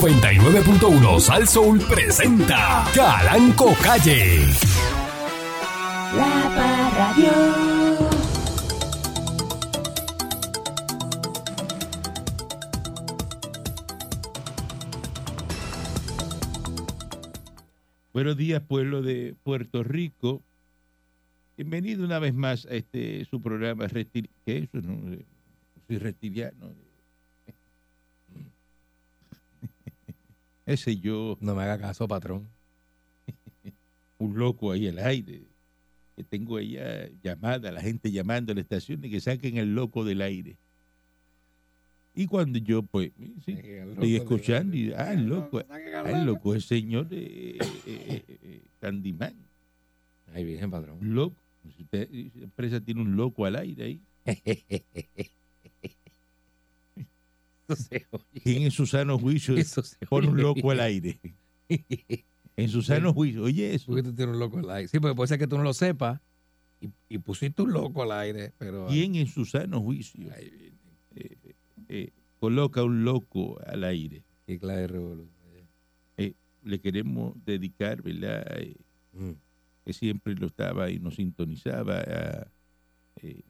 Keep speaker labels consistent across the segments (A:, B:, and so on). A: 99.1 Sal Soul presenta Calanco Calle.
B: La Parradio.
C: Buenos días, pueblo de Puerto Rico. Bienvenido una vez más a este su programa Reptil- ¿Qué es eso? No, eh, soy reptiliano. eh. Ese yo,
D: No me haga caso, patrón.
C: un loco ahí al aire. Que tengo ella llamada, la gente llamando a la estación y que saquen el loco del aire. Y cuando yo, pues, sí, estoy escuchando y, ah, el loco, ah, el loco, el señor eh, eh, eh, eh, Candyman.
D: Ay, virgen, patrón.
C: Un loco. Si usted- si la empresa tiene un loco al aire ahí.
D: Eso se oye.
C: ¿Quién en su sano juicio
D: Eso se
C: pone un
D: oye.
C: loco al aire? En su sano juicio. Oye, eso.
D: ¿Por qué tú tienes un loco al aire? Sí, porque puede ser que tú no lo sepas y, y pusiste un loco al aire, pero...
C: ¿Quién en su sano juicio
D: Ay, virgen,
C: eh, eh, coloca un loco al aire?
D: qué clase de revolución.
C: Le queremos dedicar, ¿verdad? Eh,
D: Mm.
C: que siempre lo estaba y nos sintonizaba. a, eh,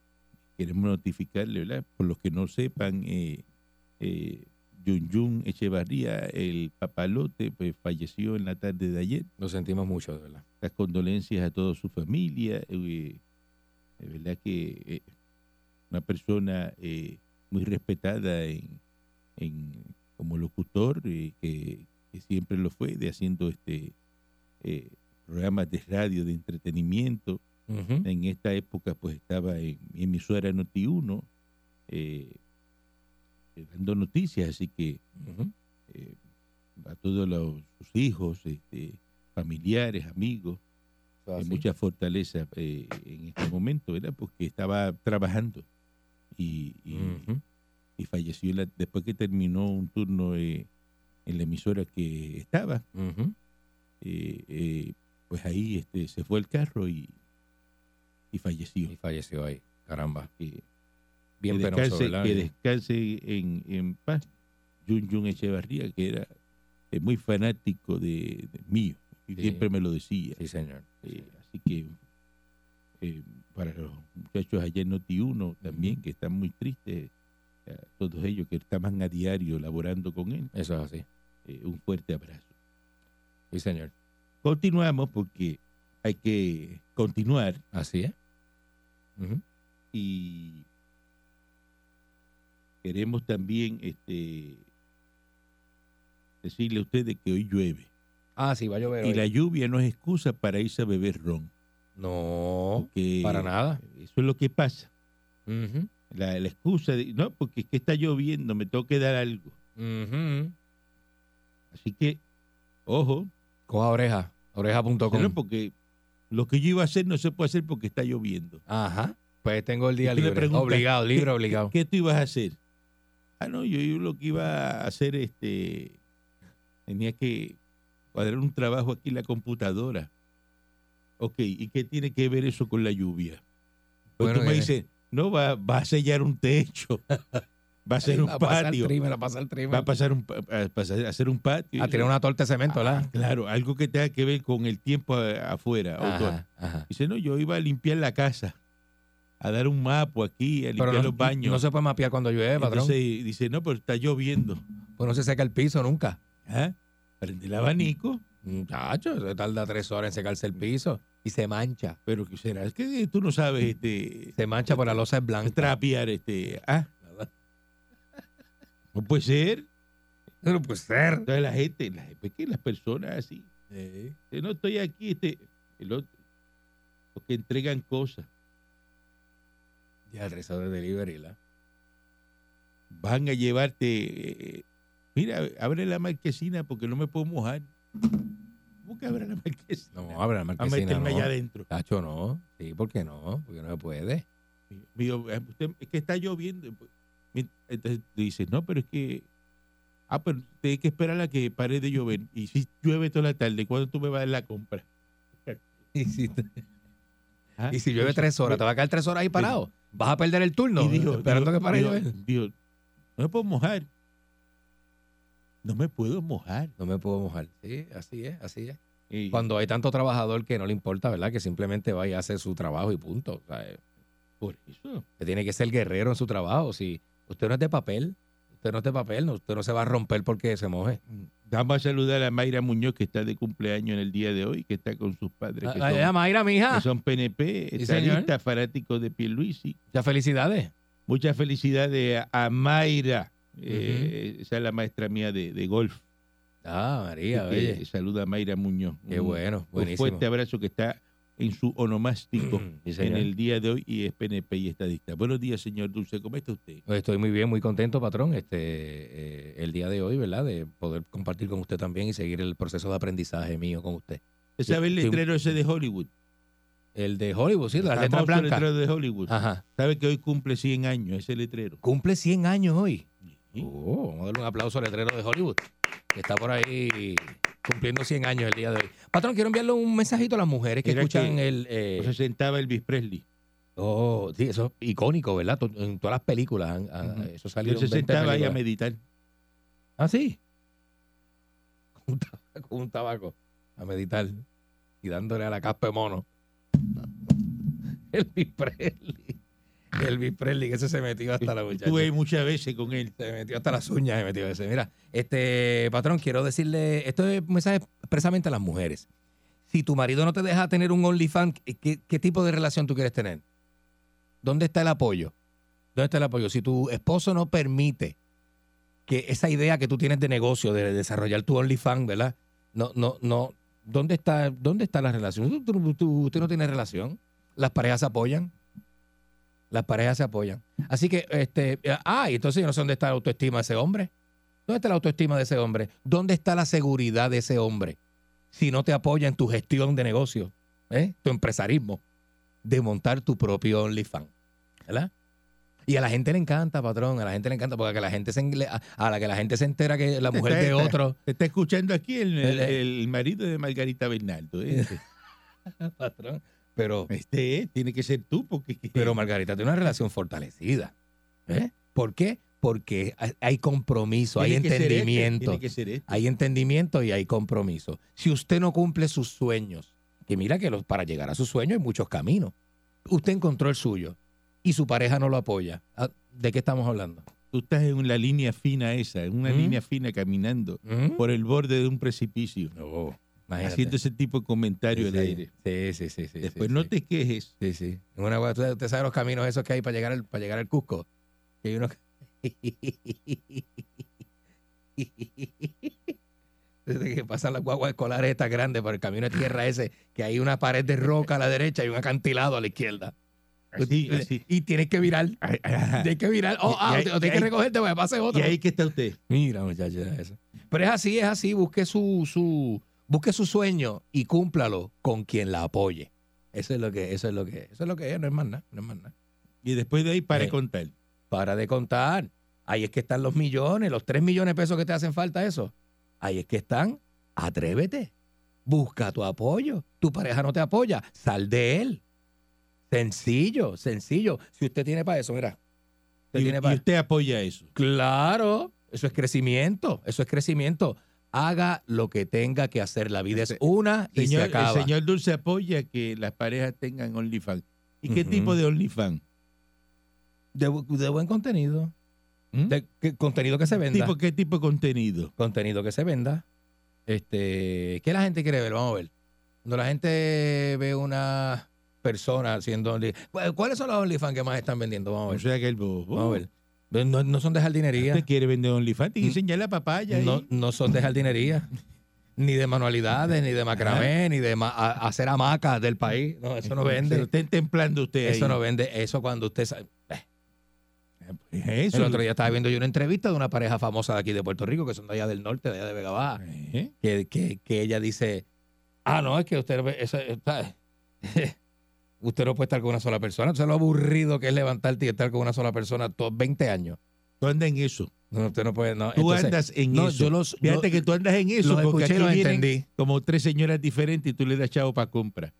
C: queremos notificarle, ¿verdad? Por los que no sepan, eh, eh, Yun Yun Echevarría, el papalote, pues falleció en la tarde de ayer.
D: Lo sentimos mucho, de verdad.
C: las condolencias a toda su familia. eh, es verdad que eh, una persona eh, muy respetada en, en- como locutor, eh, que, que siempre lo fue, de haciendo este eh, programas de radio, de entretenimiento.
D: Ujú.
C: En esta época, pues estaba en mi emisora Noti1, eh, eh, dando noticias, así que
D: Ujú.
C: eh, a todos los, sus hijos, este, familiares, amigos
D: Ah,
C: eh, mucha fortaleza eh, en este momento, ¿verdad? Porque estaba trabajando y, y-
D: Ujú.
C: y falleció en la- después que terminó un turno eh, en la emisora que estaba,
D: Ujú.
C: eh, eh, pues ahí este, se fue el carro y, y falleció.
D: Y falleció ahí. Caramba.
C: Que,
D: Bien
C: que
D: penoso,
C: descanse,
D: ¿verdad?
C: que descanse en, en paz. Jun Jun Echevarría, que era eh, muy fanático de, de mío, y
D: Sí.
C: siempre me lo decía.
D: Sí, señor.
C: Eh, así que eh, para los muchachos allá en Noti1 también, que están muy tristes, a todos ellos que estaban a diario laborando con él,
D: Eso es así.
C: eh, un fuerte abrazo.
D: Sí, señor.
C: Continuamos porque hay que continuar
D: Así es. Ujú.
C: y queremos también este decirle a ustedes que hoy llueve
D: Ah, sí, va a llover
C: y
D: hoy.
C: la lluvia no es excusa para irse a beber ron.
D: No,
C: porque
D: para nada.
C: Eso es lo que pasa.
D: Ujú.
C: La, la excusa de, no, porque es que está lloviendo, me tengo que dar algo.
D: Ujú.
C: Así que, ojo,
D: Coja oreja.
C: pero
D: Oreja.com.
C: porque lo que yo iba a hacer no se puede hacer porque está lloviendo.
D: Ajá. Pues tengo el día
C: Y tú le
D: libre.
C: preguntas,
D: Obligado, libre, obligado.
C: ¿Qué tú ibas a hacer? Ah, no, yo, yo lo que iba a hacer, este, tenía que cuadrar un trabajo aquí en la computadora. Ok, ¿y qué tiene que ver eso con la lluvia? Pues
D: Bueno, eh,
C: tú me
D: que-
C: dices, no, va, va a sellar un techo, va a hacer un
D: a pasar
C: patio,
D: trimmer, a pasar trimmer.
C: va a pasar un, pa- a pasar- a hacer un patio.
D: a tirar una torta de cemento,
C: Ah,
D: ¿verdad?
C: Claro, algo que tenga que ver con el tiempo eh, afuera. outdoor.
D: Ah, Ajá, ajá.
C: Dice, no, yo iba a limpiar la casa, a dar un mapo aquí, a limpiar
D: Pero no,
C: los baños.
D: no se puede mapear cuando llueve, patrón.
C: Entonces y dice, no, pero está lloviendo.
D: Pues no se seca el piso nunca.
C: ¿Ah? Prende el abanico,
D: Muchacho, eso tarda tres horas en secarse el piso. Y se mancha.
C: pero ¿qué será? Es que tú no sabes este,
D: Se mancha por la losa es blanca.
C: trapear. Este, ah. No puede ser.
D: No puede ser.
C: Entonces la gente, la, es que las personas así, dice, no estoy aquí, este, el otro, los que entregan cosas,
D: Ya, tres horas de delivery, ¿la?
C: van a llevarte. eh, mira, abre la marquesina porque no me puedo mojar. ¿Cómo que abre la marquesina?
D: No, abre la
C: a
D: marquesina,
C: meterme allá
D: no. Ah.
C: adentro.
D: Tacho, no. Sí, ¿por qué no? Porque no se puede.
C: Digo, eh, usted, es que está lloviendo. Mi- Entonces dices, no, pero es que. Ah, pero tienes que esperar a que pare de llover. Y si llueve toda la tarde, ¿cuándo tú me vas a dar la compra?
D: Y si,
C: Ah,
D: y si llueve tres horas, te va a quedar tres horas ahí parado. Vas a perder el turno.
C: Y dijo,
D: esperando
C: dijo,
D: que pare de
C: dijo,
D: llover.
C: dijo, no me puedo mojar. No me puedo mojar.
D: No me puedo mojar. Sí, así es, así es.
C: Eh,
D: Cuando hay tanto trabajador que no le importa, ¿verdad? Que simplemente va y hace su trabajo y punto. O sea, eh,
C: Por eso.
D: usted tiene que ser guerrero en su trabajo. Si usted no es de papel, usted no es de papel, no, usted no se va a romper porque se moje.
C: Vamos a saludar a Mayra Muñoz, que está de cumpleaños en el día de hoy, que está con sus padres, que,
D: Ah, ah,
C: son,
D: Mayra, mija.
C: que son PNP,
D: Sí, señor.
C: estadistas, fanáticos de Pierluisi.
D: Muchas felicidades.
C: Muchas felicidades a, a Mayra. eh, esa es la maestra mía de, de golf.
D: Ah, María,
C: Así que
D: oye.
C: saluda a Mayra Muñoz.
D: Qué
C: Un-
D: bueno,
C: Un
D: buenísimo.
C: fuerte abrazo que está en su onomástico
D: Sí,
C: en
D: señor.
C: el día de hoy y es PNP y estadista. Buenos días, señor Dulce. ¿Cómo está usted?
D: Pues Estoy muy bien, muy contento, patrón, este, eh, el día de hoy, ¿verdad? De poder compartir con usted también y seguir el proceso de aprendizaje mío con usted.
C: ¿Usted sabe el
D: Estoy-
C: letrero ese de Hollywood?
D: El de Hollywood, sí, las
C: El
D: letras
C: famoso
D: blancas.
C: letrero de Hollywood.
D: Ajá.
C: ¿Sabe que hoy cumple 100 años ese letrero?
D: Cumple 100 años hoy.
C: Sí.
D: Oh, vamos a darle un aplauso al letrero de Hollywood, que está por ahí cumpliendo 100 años el día de hoy. Patrón, quiero enviarle un mensajito a las mujeres que
C: Mira
D: escuchan
C: que-
D: el... eh,
C: O se sentaba Elvis Presley.
D: oh, sí, eso es icónico, ¿verdad? To- En todas las películas, han- han-
C: Ujú.
D: eso
C: Él
D: salió
C: se
D: en 20
C: sentaba ahí a
D: películas.
C: meditar.
D: ¿Ah, sí? Con un tabaco, con un tabaco, a meditar y dándole a la caspa de mono. Elvis Presley. Elvis Presley, que ese se metió hasta la muchacha.
C: Estuve ahí muchas veces con él.
D: Se metió hasta las uñas, se metió ese. Mira, este patrón, quiero decirle, esto es un mensaje expresamente a las mujeres. Si tu marido no te deja tener un OnlyFans, ¿qué, qué tipo de relación tú quieres tener? ¿Dónde está el apoyo? ¿Dónde está el apoyo? Si tu esposo no permite que esa idea que tú tienes de negocio, de desarrollar tu OnlyFans, ¿verdad? No, no, no. ¿Dónde está, dónde está la relación? Tú- tú- tú- usted no tiene relación. Las parejas se apoyan. Las parejas se apoyan. Así que, este, ah, y entonces yo no sé dónde está la autoestima de ese hombre. ¿Dónde está la autoestima de ese hombre? ¿Dónde está la seguridad de ese hombre? Si no te apoya en tu gestión de negocio, ¿eh? tu empresarismo, de montar tu propio OnlyFans. ¿Verdad? Y a la gente le encanta, patrón, a la gente le encanta, porque a, que la gente se, en- a, a la que la gente se entera que la mujer de otro...
C: Está escuchando aquí el, el-
D: El- eh.
C: el marido de Margarita Bernardo. ¿eh?
D: patrón. Pero,
C: Este es, tiene que ser tú porque...
D: pero Margarita tiene una relación fortalecida. ¿eh? ¿Por qué? Porque hay- hay compromiso, hay
C: Tiene que ser este,
D: entendimiento.
C: tiene que ser este.
D: hay entendimiento y hay compromiso. Si usted no cumple sus sueños, que mira que los, para llegar a sus sueños hay muchos caminos. Usted encontró el suyo y su pareja no lo apoya. Ah, ¿De qué estamos hablando?
C: Tú estás en la línea fina esa, en una
D: ¿Mm?
C: línea fina caminando
D: ¿Mm?
C: por el borde de un precipicio,
D: Oh, imagínate.
C: Pues, haciendo ese tipo de comentario
D: sí,
C: al aire.
D: Sí, sí, sí. sí,
C: Después
D: sí,
C: no
D: sí.
C: te quejes.
D: Sí, sí. En una guagua, ¿tú- usted sabe los caminos esos que hay para llegar al, para llegar al Cusco. Que hay unos... Desde que pasan las guaguas escolares estas grandes por el camino de tierra ese, que hay una pared de roca a la derecha y un acantilado a la izquierda.
C: Así, así.
D: Y tienes que virar. Tienes que virar. Oh,
C: Y-
D: ah,
C: y
D: o
C: ahí-
D: te- o tienes
C: y
D: que
C: ahí-
D: recogerte para que pase otro.
C: Y ahí que está usted.
D: Mira, muchachos, eso. Pero es así, es así. Busque su, su, busque su sueño y cúmplalo con quien la apoye. Eso es lo que, eso es lo que, eso es lo que es, no es más nada, no es más nada.
C: Y después de ahí para
D: Sí.
C: contar.
D: Para de contar. Ahí es que están los millones, los tres millones de pesos que te hacen falta eso. Ahí es que están. Atrévete. Busca tu apoyo. Tu pareja no te apoya. Sal de él. Sencillo, sencillo. Si usted tiene para eso, mira. Usted
C: Y,
D: tiene
C: y
D: para
C: usted apoya eso.
D: Claro, eso es crecimiento, eso es crecimiento. Haga lo que tenga que hacer, la vida es
C: Este,
D: una y
C: Señor,
D: se acaba.
C: El señor Dulce apoya que las parejas tengan OnlyFans. ¿Y qué
D: Ujú.
C: tipo de OnlyFans?
D: de, bu- de buen contenido,
C: ¿Mm?
D: de que- contenido que se venda,
C: ¿Tipo, ¿Qué tipo de contenido?
D: contenido que se venda. Este, ¿qué la gente quiere ver? Vamos a ver. Cuando la gente ve una persona haciendo only- Cu- ¿cuáles son los OnlyFans que más están vendiendo? Vamos a
C: O
D: ver.
C: sea que el bobo.
D: Vamos a ver. No, no son de jardinería.
C: Usted quiere vender OnlyFans y
D: Mm.
C: enseñar la papaya. ahí.
D: No, no son de jardinería, ni de manualidades, ni de macramé, ni de ma- a- hacer hamacas del país. No, eso no
C: Se lo
D: vende.
C: estén templando usted ahí.
D: Eso no vende. Eso cuando usted... sa- Eh,
C: Eso.
D: El otro día estaba viendo yo una entrevista de una pareja famosa de aquí de Puerto Rico, que son de allá del norte, de allá de Vega Baja,
C: Ajá.
D: que, que- que ella dice, ah, no, es que usted, no ve- eso- eh, está- usted no puede estar con una sola persona. Usted lo aburrido que es levantarte y estar con una sola persona todos 20 años.
C: Tú andas en eso.
D: No, usted no puede... No,
C: Tú
D: Entonces,
C: andas en
D: no,
C: eso.
D: yo los...
C: Fíjate
D: yo
C: que tú andas en eso
D: los
C: porque
D: escuché y
C: aquí
D: los
C: vienen
D: entendí.
C: como tres señoras diferentes y tú le das chavo para compra.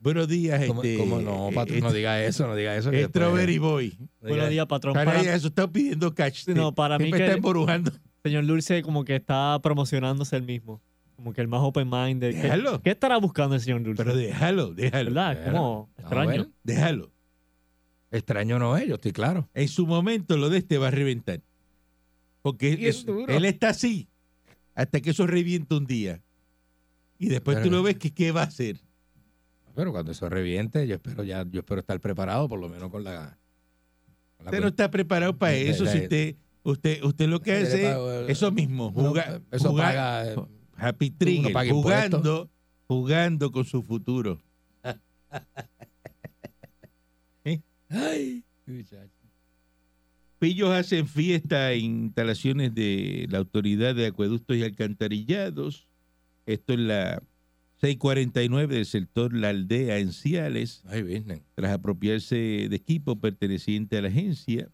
C: Buenos días,
D: ¿Cómo,
C: este.
D: cómo no, patrón? No
C: este,
D: diga eso, no diga eso. que después-
C: Strawberry Boy.
D: Buenos
E: Buenos días, patrón.
C: Para
E: Para-
C: ella, eso está pidiendo cash.
E: No, para mí
C: Siempre
E: que-
C: está emborujando.
E: señor Dulce como que está promocionándose el mismo. Como que el más open minded. ¿Qué,
C: Déjalo.
E: qué estará buscando el señor Dulce?
C: Pero déjalo, déjalo.
E: ¿Verdad? Como
D: Vamos a
C: Ah,
E: extraño.
D: ver.
C: Déjalo.
D: Extraño no es, yo estoy claro.
C: En su momento lo de este va a reventar. Porque
D: Bien
C: es-
D: duro.
C: él está así hasta que eso revienta un día. Y después tú
D: Pero-
C: lo ves que qué va a hacer.
D: Pero cuando eso reviente, yo espero ya, yo espero estar preparado, por lo menos con la.
C: Usted
D: con la
C: no
D: cuenta.
C: está preparado para
D: Eh,
C: eso.
D: eh,
C: Si
D: eh.
C: usted, usted, usted lo que
D: Eh,
C: hace es
D: eh,
C: eso mismo,
D: Uno-
C: jugar,
D: eso
C: jugar-
D: paga, eh,
C: happy trigger,
D: paga
C: jugando,
D: impuestos.
C: jugando con su futuro.
D: Ay, muchacho.
C: Pillos hacen fiesta en instalaciones de la Autoridad de Acueductos y Alcantarillados. Esto es la 649 del sector La Aldea en Ciales.
D: Ay, business.
C: Tras apropiarse de equipo perteneciente a la agencia,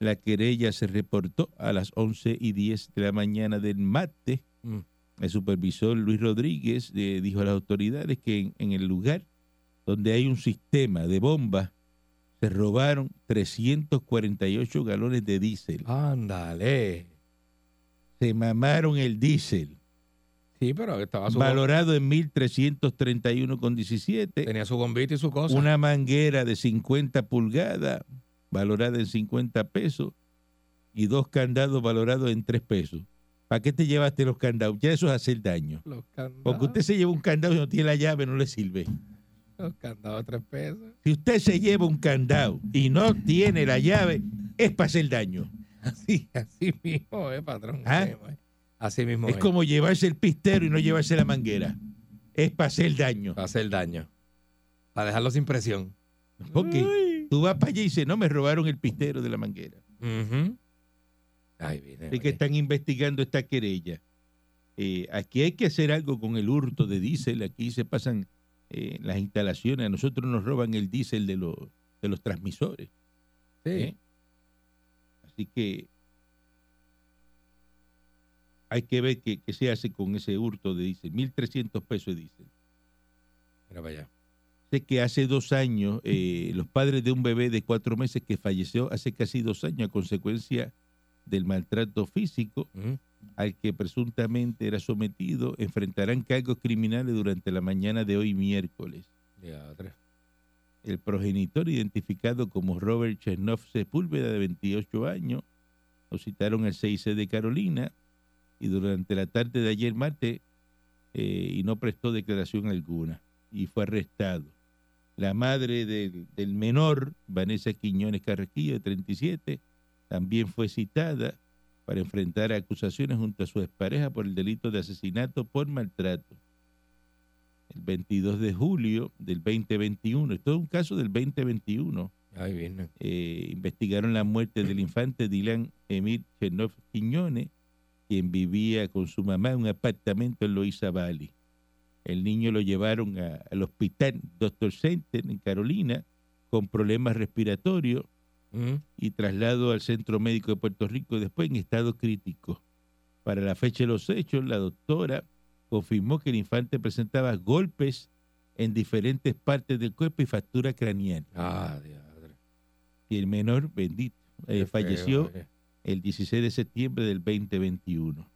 C: la querella se reportó a las 11 y 10 de la mañana del martes.
D: Mm.
C: El supervisor Luis Rodríguez eh, dijo a las autoridades que en, en el lugar donde hay un sistema de bombas, se robaron 348 galones de diésel.
D: Ah. Ándale.
C: Se mamaron el diésel,
D: Sí, pero estaba su
C: valorado en 1.331,17.
D: tenía su bombita y su cosa.
C: una manguera de 50 pulgadas valorada en 50 pesos y dos candados valorados en 3 pesos. ¿Para qué te llevaste los candados? Ya eso es hacer daño.
D: Los candados,
C: Porque usted se lleva un candado y no tiene la llave, no le sirve.
D: los candados a tres pesos.
C: Si usted se lleva un candado y no tiene la llave, es para hacer daño.
D: Así, así mismo, eh, patrón.
C: ¿Ah?
D: Así mismo es. Así mismo
C: Es como llevarse el pistero y no llevarse la manguera. Es para hacer daño.
D: Para hacer daño. Para dejarlo sin presión.
C: Porque
E: Uy.
C: tú vas para allá y dices, no, me robaron el pistero de la manguera.
D: Ujú. Ay, viene.
C: Así que están investigando esta querella. Eh, aquí hay que hacer algo con el hurto de diésel. Aquí se pasan eh, las instalaciones. A nosotros nos roban el diésel de los, de los transmisores. ¿eh? Así que hay que ver qué, qué se hace con ese hurto de diésel. 1.300 pesos de diésel.
D: Mira para allá.
C: Sé que hace dos años eh, los padres de un bebé de cuatro meses que falleció hace casi dos años a consecuencia del maltrato físico
D: Ujú.
C: al que presuntamente era sometido enfrentarán cargos criminales durante la mañana de hoy miércoles.
D: Ya, tres.
C: El progenitor, identificado como Robert Chernoff Sepúlveda, de 28 años, lo citaron al CIC de Carolina y durante la tarde de ayer martes eh, y no prestó declaración alguna y fue arrestado. La madre del, del menor, Vanessa Quiñones Carrequillo, de 37, también fue citada para enfrentar acusaciones junto a su expareja por el delito de asesinato por maltrato el 22 de julio del 2021. Esto es un caso del 2021.
D: Ay, viene.
C: Eh, investigaron la muerte del infante Dylan Emil Chernov Quiñones, quien vivía con su mamá en un apartamento en Loiza Valley. El niño lo llevaron a- al hospital Doctor Center en Carolina con problemas respiratorios
D: Ujú.
C: y traslado al Centro Médico de Puerto Rico después en estado crítico. Para la fecha de los hechos, la doctora confirmó que el infante presentaba golpes en diferentes partes del cuerpo y fractura craneal.
D: Ah, diadre.
C: Y el menor, bendito, eh,
D: Qué
C: falleció
D: feo, eh.
C: el 16 de septiembre del 2021.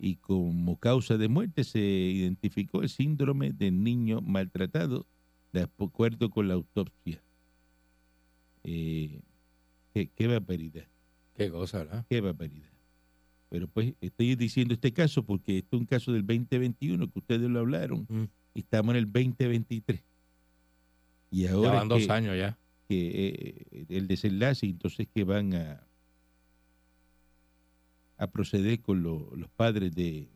C: Y como causa de muerte se identificó el síndrome del niño maltratado, de acuerdo con la autopsia. Eh, qué, qué barbaridad.
D: Qué cosa, ¿verdad?
C: Qué barbaridad. Pero pues estoy diciendo este caso porque esto es un caso del 2021 que ustedes lo hablaron
D: Mm.
C: y estamos en el 2023. Y
D: Ya
C: ahora
D: van dos
C: que,
D: años ya.
C: que, eh, el desenlace, entonces que van a a proceder con lo- los padres de,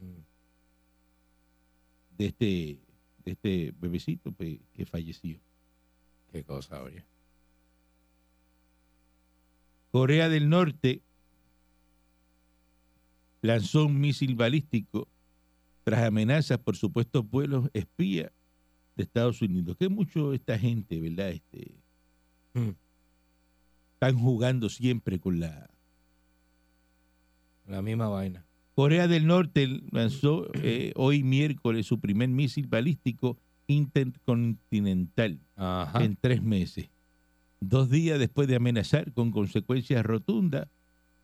D: Mm.
C: de este de este bebecito pues, que falleció.
D: Qué cosa, oye.
C: Corea del Norte lanzó un misil balístico tras amenazas por supuestos vuelos espía de Estados Unidos. Que mucho esta gente, ¿verdad? Este,
D: Mm.
C: Están jugando siempre con la...
D: La misma vaina.
C: Corea del Norte lanzó eh, hoy miércoles su primer misil balístico intercontinental
D: Ajá.
C: en tres meses. Dos días después de amenazar con consecuencias rotundas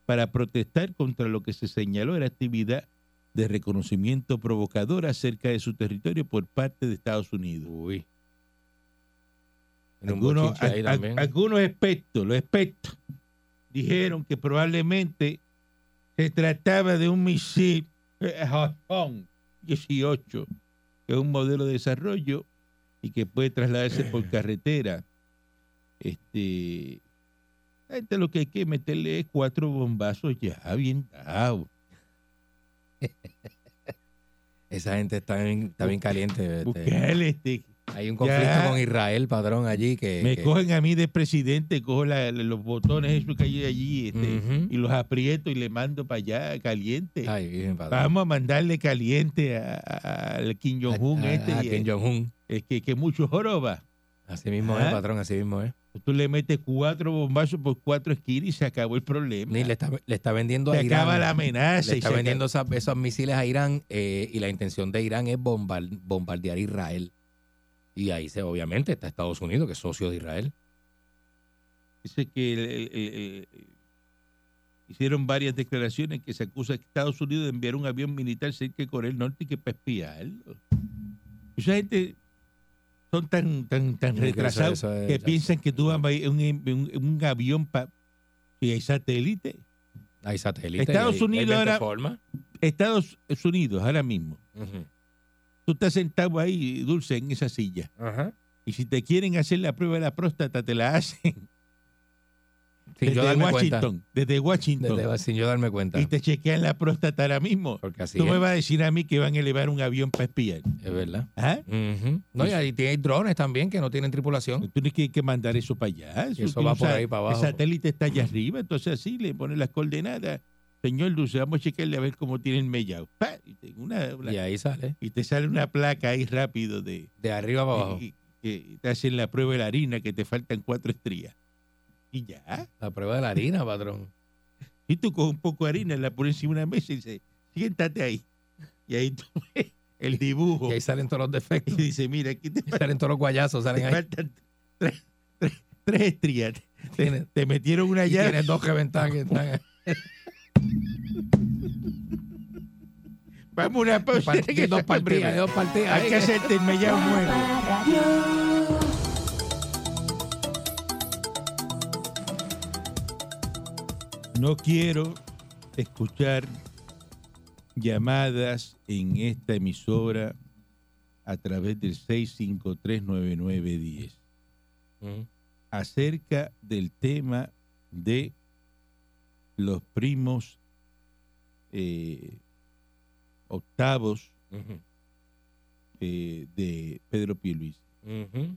C: para protestar contra lo que se señaló era actividad de reconocimiento provocadora acerca de su territorio por parte de Estados Unidos.
D: Uy. En un
C: Algunos,
D: bochinche ahí
C: a- a-
D: también.
C: algunos expertos, los expertos, dijeron que probablemente se trataba de un misil eh, Hotong 18, que es un modelo de desarrollo y que puede trasladarse por carretera. Este, la gente lo que hay que meterle es cuatro bombazos ya bien dados.
D: Esa gente está bien, está bien caliente. este.
C: Buscarle, este,
D: Hay un conflicto
C: Ya.
D: con Israel, padrón, allí que...
C: me
D: que-
C: cogen a mí de presidente, cojo la- la- los botones esos que hay allí este,
D: Ujú.
C: y los aprieto y le mando para allá caliente.
D: Ay, virgen, padrón.
C: Vamos a mandarle caliente a- a- al Kim Jong-un
D: A- a-
C: este,
D: a
C: y,
D: ah, Kim Jong-un.
C: eh, que, que mucho joroba.
D: Así mismo
C: Ajá.
D: es, patrón, así mismo es.
C: Tú le metes cuatro bombazos por cuatro esquinas y se acabó el problema.
D: Ni le está, le está vendiendo a
C: se
D: Irán.
C: acaba la amenaza.
D: le
C: y
D: está
C: se
D: vendiendo esas- esos misiles a Irán eh, y la intención de Irán es bombar- bombardear Israel. Y ahí se, obviamente, está Estados Unidos, que es socio de Israel.
C: acaba- Dice que el- el- el- el- hicieron varias declaraciones que se acusa a Estados Unidos de enviar un avión militar cerca de Corea del Norte y que para espiarlo. Esa gente son tan, tan, tan
D: Eso-
C: retrasados
D: eso es-
C: que
D: eso-
C: piensan que tú vas a ir en un, un- un avión para... Si hay satélite,
D: Hay satélites.
C: Estados
D: y hay-
C: Unidos
D: hay 20
C: ahora-
D: formas.
C: Estados Unidos ahora mismo,
D: Ujú.
C: tú estás sentado ahí, dulce, en esa silla.
D: Ajá.
C: Y si te quieren hacer la prueba de la próstata, te la hacen
D: Sin
C: desde
D: yo darme
C: Washington. Desde
D: cuenta.
C: Washington.
D: Desde- sin yo darme cuenta.
C: y te chequean la próstata ahora mismo.
D: Porque así
C: Tú me
D: es,
C: vas a decir a mí que van a elevar un avión para espiar.
D: es verdad.
C: ¿Ah?
D: Ujú. No, y ahí tiene- hay drones también que no tienen tripulación.
C: Tú tienes que, que mandar eso para allá.
D: Y eso
C: tú
D: va
C: no
D: por
C: sabes,
D: ahí para abajo.
C: El satélite está allá arriba, entonces así le ponen las coordenadas. Señor Dulce, vamos a chequearle a ver cómo tienen mellado. ¡Pa! Y, te- una- una-
D: Y ahí sale.
C: y te sale una placa ahí rápido de...
D: De arriba para abajo.
C: y- y- que te hacen la prueba de la harina que te faltan cuatro estrías. Y ya.
D: La prueba de la harina, patrón.
C: Y tú coges un poco de harina, la pones encima de una mesa y dices, siéntate ahí. Y ahí tú ves el dibujo.
D: Y ahí salen todos los
C: Y
D: defectos.
C: dice, mira, aquí te,
D: Y
C: fal-
D: salen todos los guayazos.
C: te
D: Salen ahí.
C: faltan tres, tres- tres estrías. Te,
D: Tienes-
C: te metieron una
D: Y
C: llave.
D: tienes dos que ventanas que están ahí.
C: Vamos a una pausa.
D: Part-
C: regresamos
D: dos partidas,
C: breve.
D: dos partidas.
C: Hay que
D: ahí.
C: hacerte el mellado nuevo.
B: La Radio.
C: No quiero escuchar llamadas en esta emisora a través del 6539910
D: Ujú.
C: acerca del tema de los primos eh, octavos
D: Ujú.
C: eh, de Pedro Pierluis.
D: Ujú.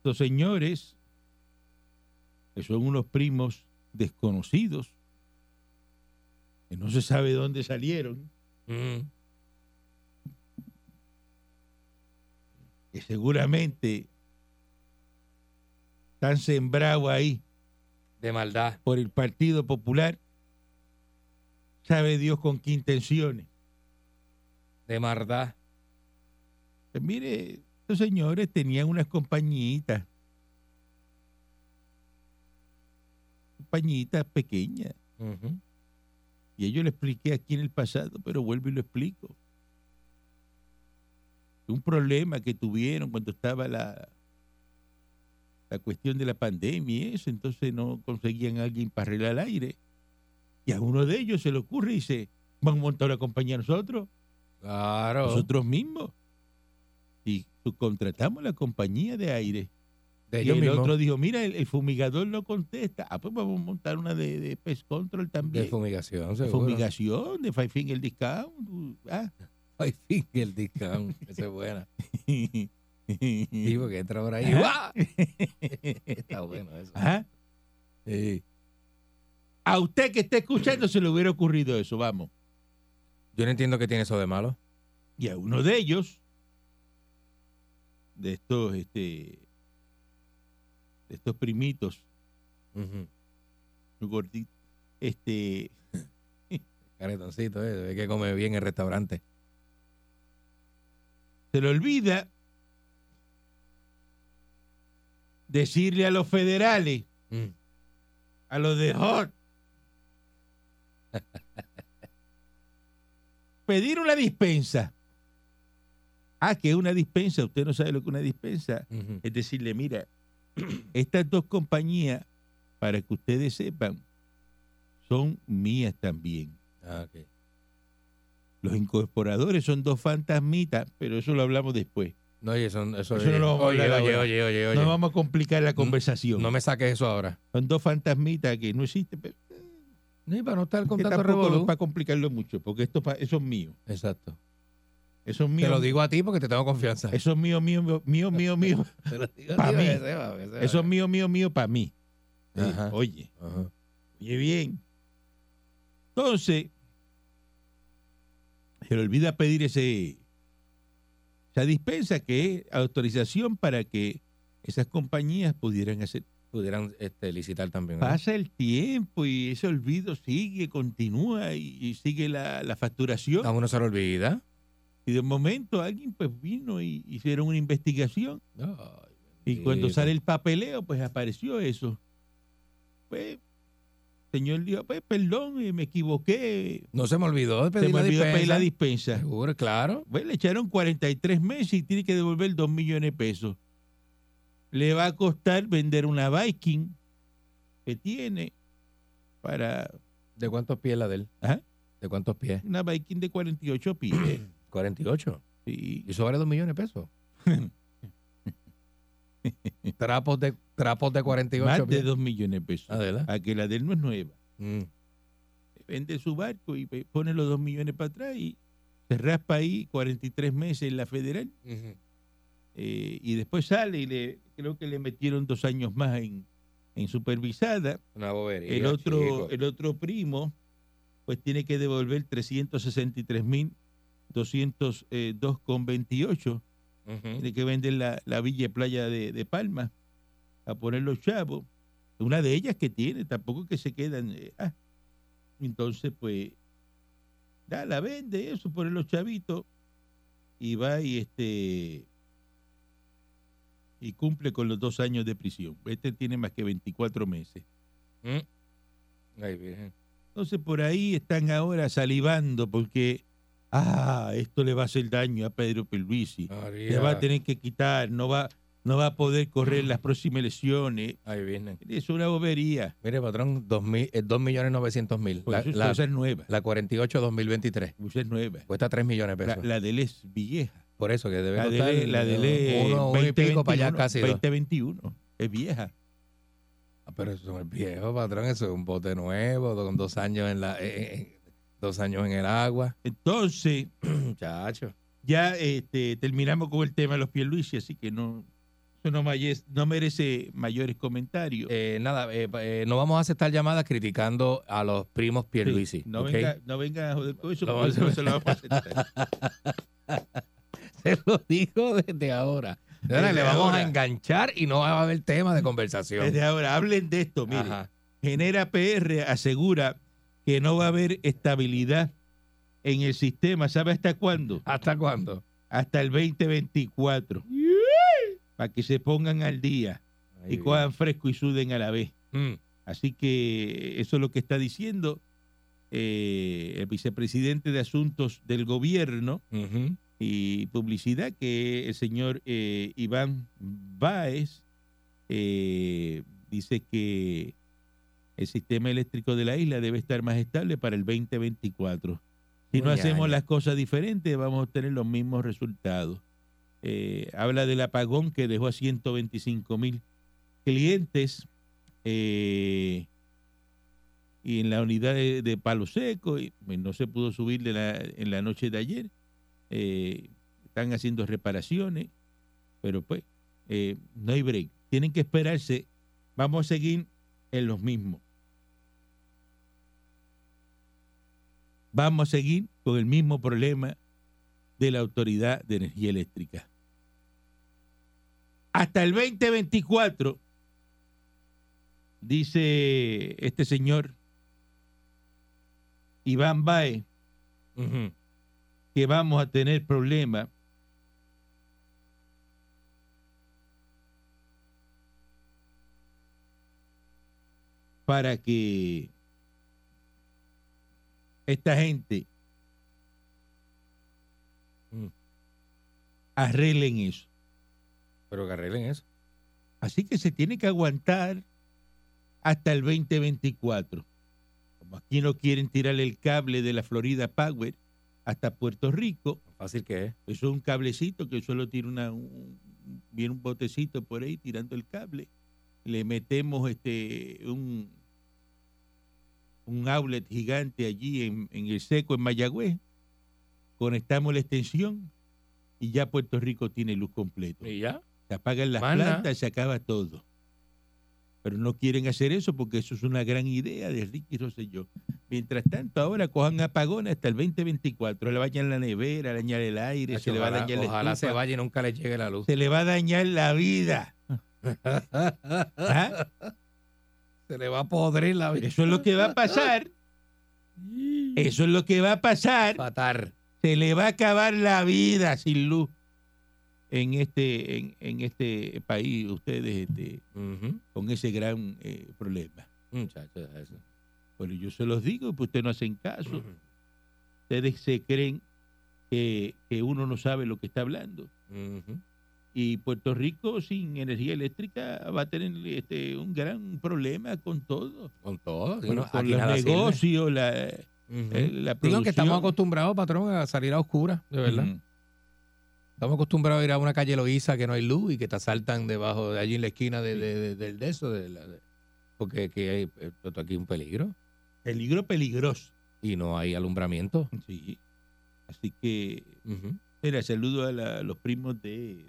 C: Estos señores, que son unos primos desconocidos, que no se sabe dónde salieron,
D: Ujú.
C: que seguramente están sembrados ahí
D: De maldad.
C: por el Partido Popular, sabe Dios con qué intenciones.
D: De maldad.
C: Pues mire, estos señores tenían unas compañitas, compañitas pequeñas,
D: Ujú.
C: y ellos lo expliqué aquí en el pasado, pero vuelvo y lo explico. Un problema que tuvieron cuando estaba la, la cuestión de la pandemia y eso, entonces no conseguían a alguien para arreglar el aire. Y a uno de ellos se le ocurre y dice, vamos a montar una compañía nosotros,
D: Claro.
C: nosotros mismos. Y subcontratamos la compañía de aire.
D: de
C: Y
D: ellos
C: el
D: mismos.
C: otro dijo, mira, el, el fumigador no contesta. Ah, pues vamos a montar una de, de pest control
D: de
C: también.
D: fumigación,
C: De
D: seguro.
C: fumigación, de Five Finger Discount. uh, ah.
D: Ay, finger discount. Esa es buena.
C: Digo,
D: Digo que entra por ahí.
C: Ajá.
D: Está bueno eso.
C: ajá. Eh, A usted que está escuchando se le hubiera ocurrido eso, vamos.
D: Yo no entiendo qué tiene eso de malo.
C: Y a uno de ellos, de estos, este, de estos primitos,
D: Ujú.
C: gorditos, este,
D: Caretoncito, eh, se ve que come bien en el restaurante.
C: se le olvida decirle a los federales
D: Mm.
C: A lo de Hot. Pedir una dispensa. Ah, que una dispensa, usted no sabe lo que es una dispensa.
D: Ujú.
C: Es decirle, mira, estas dos compañías, para que ustedes sepan, son mías también.
D: Ah, ok.
C: Los incorporadores son dos fantasmitas, pero eso lo hablamos después.
D: No, oye, son- eso,
C: Eso no lo vamos a
D: oye,
C: hablar
D: oye,
C: ahora.
D: oye, oye, oye.
C: No vamos a complicar la conversación.
D: No me saques eso ahora.
C: Son dos fantasmitas que no existen, pero
D: No, y para no estar
C: que
D: con tanto
C: tampoco
D: revolú.
C: para complicarlo mucho, porque esto, pa- eso es mío.
D: Exacto.
C: Eso es mío.
D: Te lo digo a ti porque te tengo confianza.
C: Eso es mío, mío, mío, mío, mío, mío.
D: Te lo digo a
C: pa'
D: ti,
C: mí.
D: que sepa, que sepa.
C: Eso es mío, mío, mío para mí. Eh,
D: Ajá.
C: Oye,
D: Ajá.
C: oye bien. Entonces, se le olvida pedir ese esa dispensa que es autorización para que esas compañías pudieran hacer.
D: Pudieran este, licitar también. ¿no?
C: Pasa el tiempo y ese olvido sigue, continúa y, y sigue la, la facturación.
D: A uno se lo olvida.
C: Y de momento alguien pues vino y hicieron una investigación
D: Ay,
C: y cuando
D: bendito.
C: sale el papeleo pues apareció eso. Pues señor dijo, pues perdón, eh, me equivoqué,
D: No se me olvidó
C: se
D: de pedir
C: me
D: la
C: olvidó
D: dispensa.
C: pedir la dispensa.
D: Seguro, claro.
C: Pues le echaron 43 meses y tiene que devolver 2 millones de pesos. Le va a costar vender una Viking que tiene para
D: ¿De cuántos pies la de él?
C: Ajá.
D: ¿De cuántos pies?
C: una Viking de 48 pies.
D: 48.
C: Y-
D: Y eso vale 2 millones de pesos. trapos, de, trapos de 48
C: más de
D: pies. Ah.
C: 2 millones de pesos.
D: Adela.
C: A que la de él no es nueva.
D: Mm.
C: vende su barco y pe- pone los dos millones para atrás y se raspa ahí 43 meses en la federal eh, y después sale y le creo que le metieron dos años más en, en supervisada.
D: Una bobería.
C: El otro,
D: ah, chico.
C: el otro primo pues tiene que devolver eh, 363.202,28.
D: Ujú.
C: Tiene que vender la, la villa y playa de, de Palma a poner los chavos. Una de ellas que tiene, tampoco que se quedan. eh, ah. Entonces, pues, da, la vende, eso, poner los chavitos y va y este y cumple con los dos años de prisión. Este tiene más que 24 meses.
D: Mm. Ay, virgen.
C: Entonces, por ahí están ahora salivando porque, ah, esto le va a hacer daño a Pedro Pelvisi.
D: María.
C: le va a tener que quitar, no va, no va a poder correr
D: Mm.
C: las próximas elecciones.
D: Ay, virgen.
C: Es una bobería.
D: Mire, patrón, 2 millones 900 mil.
C: Pues
D: La,
C: eso es
D: la-
C: cosa nueva.
D: la 48 2023.
C: cosa nueva.
D: Cuesta 3 millones de
C: La,
D: pesos.
C: la de él es vieja.
D: Por eso que debe
C: La de
D: costar
C: él, la E de él es
D: uno, uno y
C: 20,
D: pico para allá
C: 21,
D: casi. dos.
C: 2021. Es vieja.
D: Ah, Pero eso no es viejo, patrón. Eso es un bote nuevo, do- con dos años en la, eh, eh, dos años en el agua.
C: Entonces,
D: Muchacho.
C: ya este, terminamos con el tema de los Pierluisi, así que no, eso no, maye- no merece mayores comentarios.
D: Eh, nada, eh, pa- eh, no vamos a aceptar llamadas criticando a los primos Pierluisi.
C: Sí, no,
D: ¿ok?
C: venga, no venga a joder con eso,
D: Lo
C: porque
D: vamos a-
C: no se lo vamos a aceptar.
D: Se lo digo desde ahora. De ahora
C: Desde
D: le vamos
C: ahora.
D: a enganchar y no va a haber tema de conversación.
C: Desde ahora, hablen de esto, mire.
D: Ajá.
C: Genera PR asegura que no va a haber estabilidad en el sistema. ¿Sabe hasta cuándo?
D: ¿Hasta cuándo?
C: Hasta el 2024. Para que se pongan al día y
D: Ay,
C: cojan fresco y suden a la vez.
D: Mm,
C: Así que eso es lo que está diciendo eh, el vicepresidente de Asuntos del Gobierno
D: ujú.
C: y Publicidad, que el señor eh, Iván Báez eh, dice que el sistema eléctrico de la isla debe estar más estable para el 2024. Si no
D: Uy,
C: hacemos
D: año.
C: las cosas diferentes, vamos a obtener los mismos resultados. Eh, habla del apagón que dejó a 125 mil clientes eh, y en la unidad de, de Palo Seco, y, pues, no se pudo subir de la- en la noche de ayer. Eh, están haciendo reparaciones, pero pues eh, no hay break. Tienen que esperarse. Vamos a seguir en los mismos. Vamos a seguir con el mismo problema de la Autoridad de Energía Eléctrica. Hasta el 2024, dice este señor Iván Baez,
D: Ujú.
C: que vamos a tener problemas para que esta gente mm, arreglen eso.
D: Pero que arreglen eso.
C: Así que se tiene que aguantar hasta el 2024. Como aquí no quieren tirar el cable de la Florida Power hasta Puerto Rico,
D: Fácil que es.
C: eso es un cablecito que solo tiene una, un, viene un botecito por ahí tirando el cable. Le metemos este un, un outlet gigante allí en, en el seco, en Mayagüez. Conectamos la extensión y ya Puerto Rico tiene luz completa.
D: ¿Y ya?
C: Se apagan las
D: Más nada.
C: plantas, se acaba todo. Pero no quieren hacer eso porque eso es una gran idea de Ricky Rosselló. Mientras tanto, ahora cojan apagones hasta el 2024. Le vayan la nevera, le dañan el aire, se le va a
D: ojalá
C: dañar la
D: ojalá se
C: estufa,
D: vaya y nunca le llegue la luz.
C: se le va a dañar la vida. ¿Ah?
D: Se le va a podrir la vida.
C: Eso es lo que va a pasar. Eso es lo que va a pasar.
D: Fatar.
C: Se le va a acabar la vida sin luz en este, en, en este país, ustedes, este,
D: Ujú.
C: con ese gran eh, problema.
D: Muchachos, eso.
C: Pero yo se los digo, pues ustedes no hacen caso. Ustedes se creen que, que uno no sabe lo que está hablando.
D: Ujú.
C: Y Puerto Rico sin energía eléctrica va a tener este, un gran problema con todo.
D: Con todo. si
C: Con-
D: no,
C: con
D: aquí
C: los
D: nada sirve.
C: negocios, la, eh,
D: Ujú.
C: la
D: Digo
C: producción.
D: que estamos acostumbrados, patrón, a salir a oscuras, de verdad.
C: Ujú.
D: Estamos acostumbrados a ir a una calle Loíza que no hay luz y que te asaltan debajo de allí en la esquina de, de- de- del de eso. de la- de- porque que hay, eh, esto aquí es un peligro
C: Peligro peligroso.
D: y no hay alumbramiento.
C: Sí. Así que, mira, saludo a la- los primos de,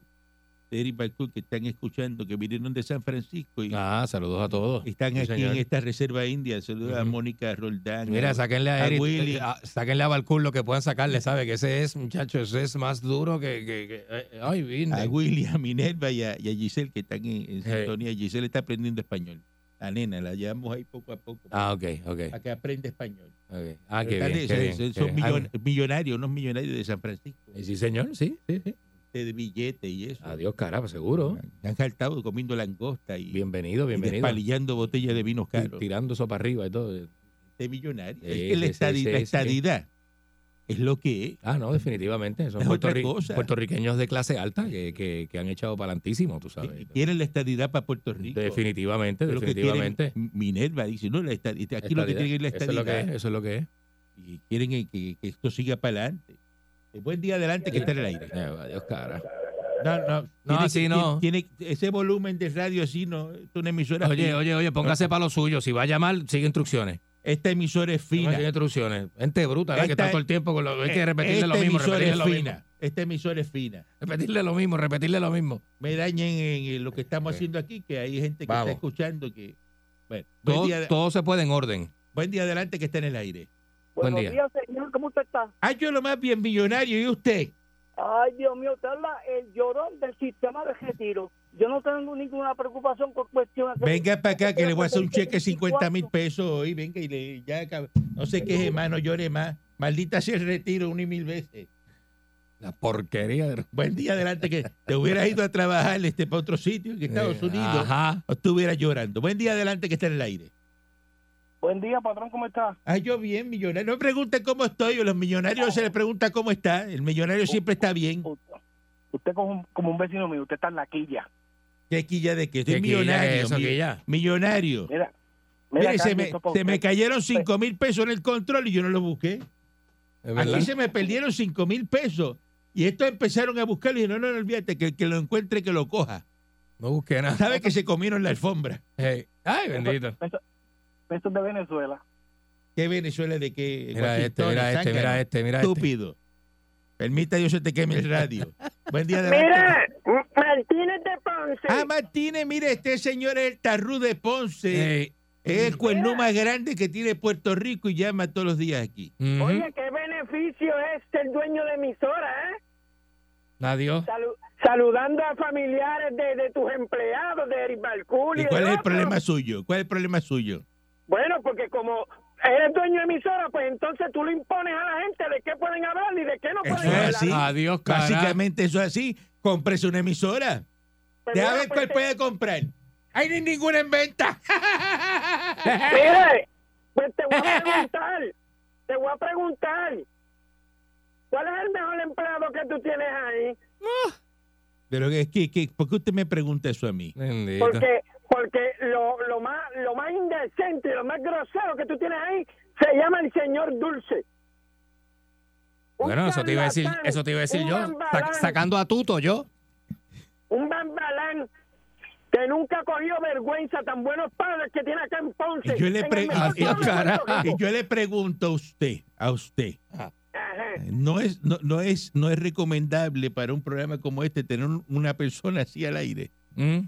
C: de Eric Balcour que están escuchando, que vinieron de San Francisco y
D: Ah, saludos a todos.
C: están
D: Sí,
C: aquí
D: señor.
C: en esta reserva india. Saludo a
D: Ujú.
C: Mónica Roldán.
D: Mira,
C: a-
D: sáquenle a,
C: a
D: Eric,
C: Willy.
D: eh, a- sáquenle a Balcún lo que puedan sacarle, ¿sabe? Que ese es, muchacho, ese es más duro que... que- que- eh, ay,
C: a
D: Virgen.
C: Willy, a Minerva y a, y a Giselle que están en, en
D: Sí.
C: sintonía. Giselle está aprendiendo español. La nena, la llevamos ahí poco a poco
D: Ah, ok, ok.
C: para que aprenda español.
D: ok. Ah, qué
C: Pero están-
D: bien, qué
C: son-
D: bien,
C: son
D: qué bien.
C: millon- millonarios, unos millonarios de San Francisco,
D: Ah, Sí, señor, sí, sí, sí.
C: de billetes y eso.
D: Adiós, caramba, seguro.
C: Han saltado comiendo langosta y,
D: Bienvenido,
C: y
D: bienvenido.
C: despalillando botellas de vinos
D: Ti-
C: caros.
D: Tirando eso para arriba y todo.
C: De millonarios.
D: Sí,
C: es que la,
D: sí, sí,
C: estadi- la
D: sí, sí.
C: estadidad es lo que es. ¿eh?
D: Ah, no, definitivamente. Son
C: Es otra
D: puertorri-
C: cosa.
D: puertorriqueños de clase alta que, que- que han echado palantísimo, tú sabes.
C: Y quieren la estadidad para Puerto Rico.
D: Definitivamente,
C: Es lo que quieren.
D: definitivamente.
C: Minerva dice, no, la estadi- aquí lo que tiene que ir la
D: Eso es lo que
C: estadidad.
D: es. Eso es lo que es.
C: y quieren que, que- que esto siga para adelante. Eh, buen día adelante que está en el aire.
D: Eh, adiós, cara.
C: No, no,
D: No,
C: tiene
D: así
C: que-
D: no.
C: Tiene, tiene- ese volumen de radio así no, es una emisora
D: Oye,
C: fina.
D: oye, oye, póngase para lo suyo. Si va a llamar, sigue instrucciones.
C: Esta emisora es fina.
D: Sigue instrucciones. Gente bruta, ¿verdad? que
C: Esta-
D: está todo el tiempo con lo. Hay
C: Eh,
D: que repetirle
C: esta
D: lo mismo,
C: emisora
D: repetirle
C: es
D: lo
C: fina.
D: mismo.
C: Esta emisora es fina.
D: Repetirle lo mismo, repetirle lo mismo.
C: Me dañen en, en lo que estamos haciendo aquí, que hay gente que
D: Vamos.
C: está escuchando que... Bueno, buen,
D: Todo,
C: día,
D: todo se puede en orden.
C: buen día adelante que está en el aire.
D: Buen
F: Buenos
D: día.
F: días, señor. ¿Cómo usted está?
C: Ah, yo lo más bien millonario, ¿y usted?
F: Ay, Dios mío, usted es la- el llorón del sistema de retiro. Yo no tengo ninguna preocupación con cuestiones. de-
C: Venga para acá que le voy a hacer un cheque de 50 mil pesos hoy. Venga y le ya acab- No sé qué es, hermano, llore más. Maldita sea el retiro una y mil veces.
D: La porquería de.
C: Buen día adelante que te hubieras ido a trabajar este para otro sitio en Estados
D: Eh,
C: Unidos.
D: Ajá.
C: O estuvieras llorando. Buen día adelante que está en el aire.
F: Buen día, patrón. ¿Cómo está?
C: Ah, yo bien, millonario. No me pregunten cómo estoy. A los millonarios se les pregunta cómo está. El millonario siempre está bien.
F: Usted, usted como, un- como un vecino mío, usted está en la quilla.
C: ¿Qué quilla de qué? Estoy
D: Qué quilla
C: millonario.
D: eso,
C: mi-
D: quilla.
C: Millonario.
F: Mira,
C: Mire, se
F: Carmen,
C: me,
F: eso pa'
C: se me
F: usted.
C: cayeron 5 mil pesos en el control y yo no lo busqué.
D: Es verdad.
C: Aquí se me perdieron 5 mil pesos. Y estos empezaron a buscarlo y no, no, no, olvídate, que el que lo encuentre, que lo coja.
D: No busqué nada.
C: Sabe que se comieron la alfombra.
D: Hey. Ay, bendito.
F: Pesos de Venezuela.
C: ¿Qué Venezuela de qué?
D: Mira este,
C: Washington,
D: mira este,
C: zángano,
D: mira este, mira este.
C: Estúpido. Permita yo se te queme el radio. Buen día de
G: Mira, Martínez de Ponce.
C: Ah, Martínez, mire, este señor es el tarrú de Ponce.
D: Ey.
C: es el cuernú más grande que tiene Puerto Rico y llama todos los días aquí.
D: Ujú.
G: Oye, qué beneficio es ser dueño de emisora, ¿eh?
D: Adiós.
G: Salu- saludando a familiares de, de tus empleados, de Eric Balculi.
C: ¿Y cuál es el
G: otro.
C: problema suyo? ¿Cuál es el problema suyo?
G: Bueno, porque como eres dueño de emisora, pues entonces tú le impones a la gente de qué pueden hablar y de qué no
C: Eso
G: pueden
C: es
G: hablar.
C: así.
D: Adiós, cara.
C: Básicamente eso es así. Cómprese una emisora.
G: Pues
C: Deja
G: mira,
C: ver
G: pues
C: cuál
G: te-
C: puede comprar. Ahí no hay ninguna en venta.
G: Mire, pues te voy a preguntar, te voy a preguntar, ¿cuál es el mejor empleado que tú tienes ahí?
C: Pero es que, que- ¿por qué usted me pregunta eso a mí?
D: Bendito.
G: Porque, porque lo, lo más, lo más indecente, lo más grosero que tú tienes ahí, se llama el señor Dulce. Un
D: Bueno, eso te iba a decir,
G: charlatán,
D: eso te iba a decir
G: un
D: yo. Sac-
G: bambalán,
D: sacando a Tuto yo.
G: un bambalán que nunca cogió vergüenza, tan buenos padres que tiene acá en Ponce.
C: Y yo le
G: en el
C: pre-
G: mejor
C: y- y-
G: pueblo de Puerto
D: carajo.
G: Rico.
C: Y yo le pregunto a usted, a usted,
G: Ajá.
C: no es, no, no es, no es recomendable para un programa como este tener un- una persona así al aire.
D: Mm.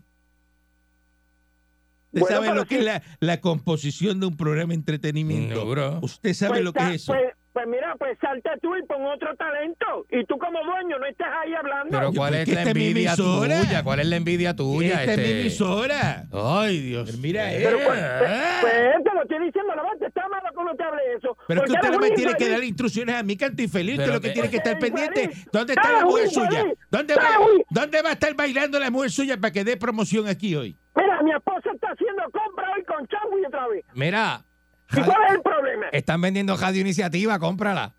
C: Usted
G: Bueno,
C: sabe
G: pero
C: lo que
G: sí.
C: es la, la composición de un programa de entretenimiento.
D: Seguro.
C: Usted sabe
G: Pues
C: lo que
G: sa-
C: es eso.
G: Pues, pues mira, pues salta tú y pon otro talento. Y tú como dueño no estás ahí hablando.
D: Pero
C: Yo-
D: ¿cuál pues, este
C: porque
D: es la
C: esta es mi
D: envidia
C: emisora.
D: tuya? ¿Cuál es la envidia tuya?
C: Esta es mi
D: este?
C: emisora.
D: Ay, Dios.
C: Mira,
D: mío.
C: Pero,
G: pues, pues, pues, te lo estoy diciendo, la verdad, está malo que no te hable eso.
C: Pero es que
G: Porque
C: usted no
G: eres
C: me
G: un
C: tiene que
G: infeliz.
C: dar instrucciones a mí, cantifeliz. Usted
D: Pero
C: lo que
D: que-
C: tiene que estar
G: Eres
C: pendiente.
D: ¿eh?
G: infeliz.
C: ¿Dónde está la
G: Eres
C: mujer
G: un
C: suya?
G: infeliz.
C: ¿Dónde
G: Eres
C: va,
G: un-
C: ¿Dónde va a estar bailando la mujer suya para que dé promoción aquí hoy?
G: Mira, mi esposa está haciendo compra hoy con y otra vez.
D: Mira,
G: ¿Y
D: radio-
G: cuál es el problema?
D: están vendiendo Radio Iniciativa, cómprala.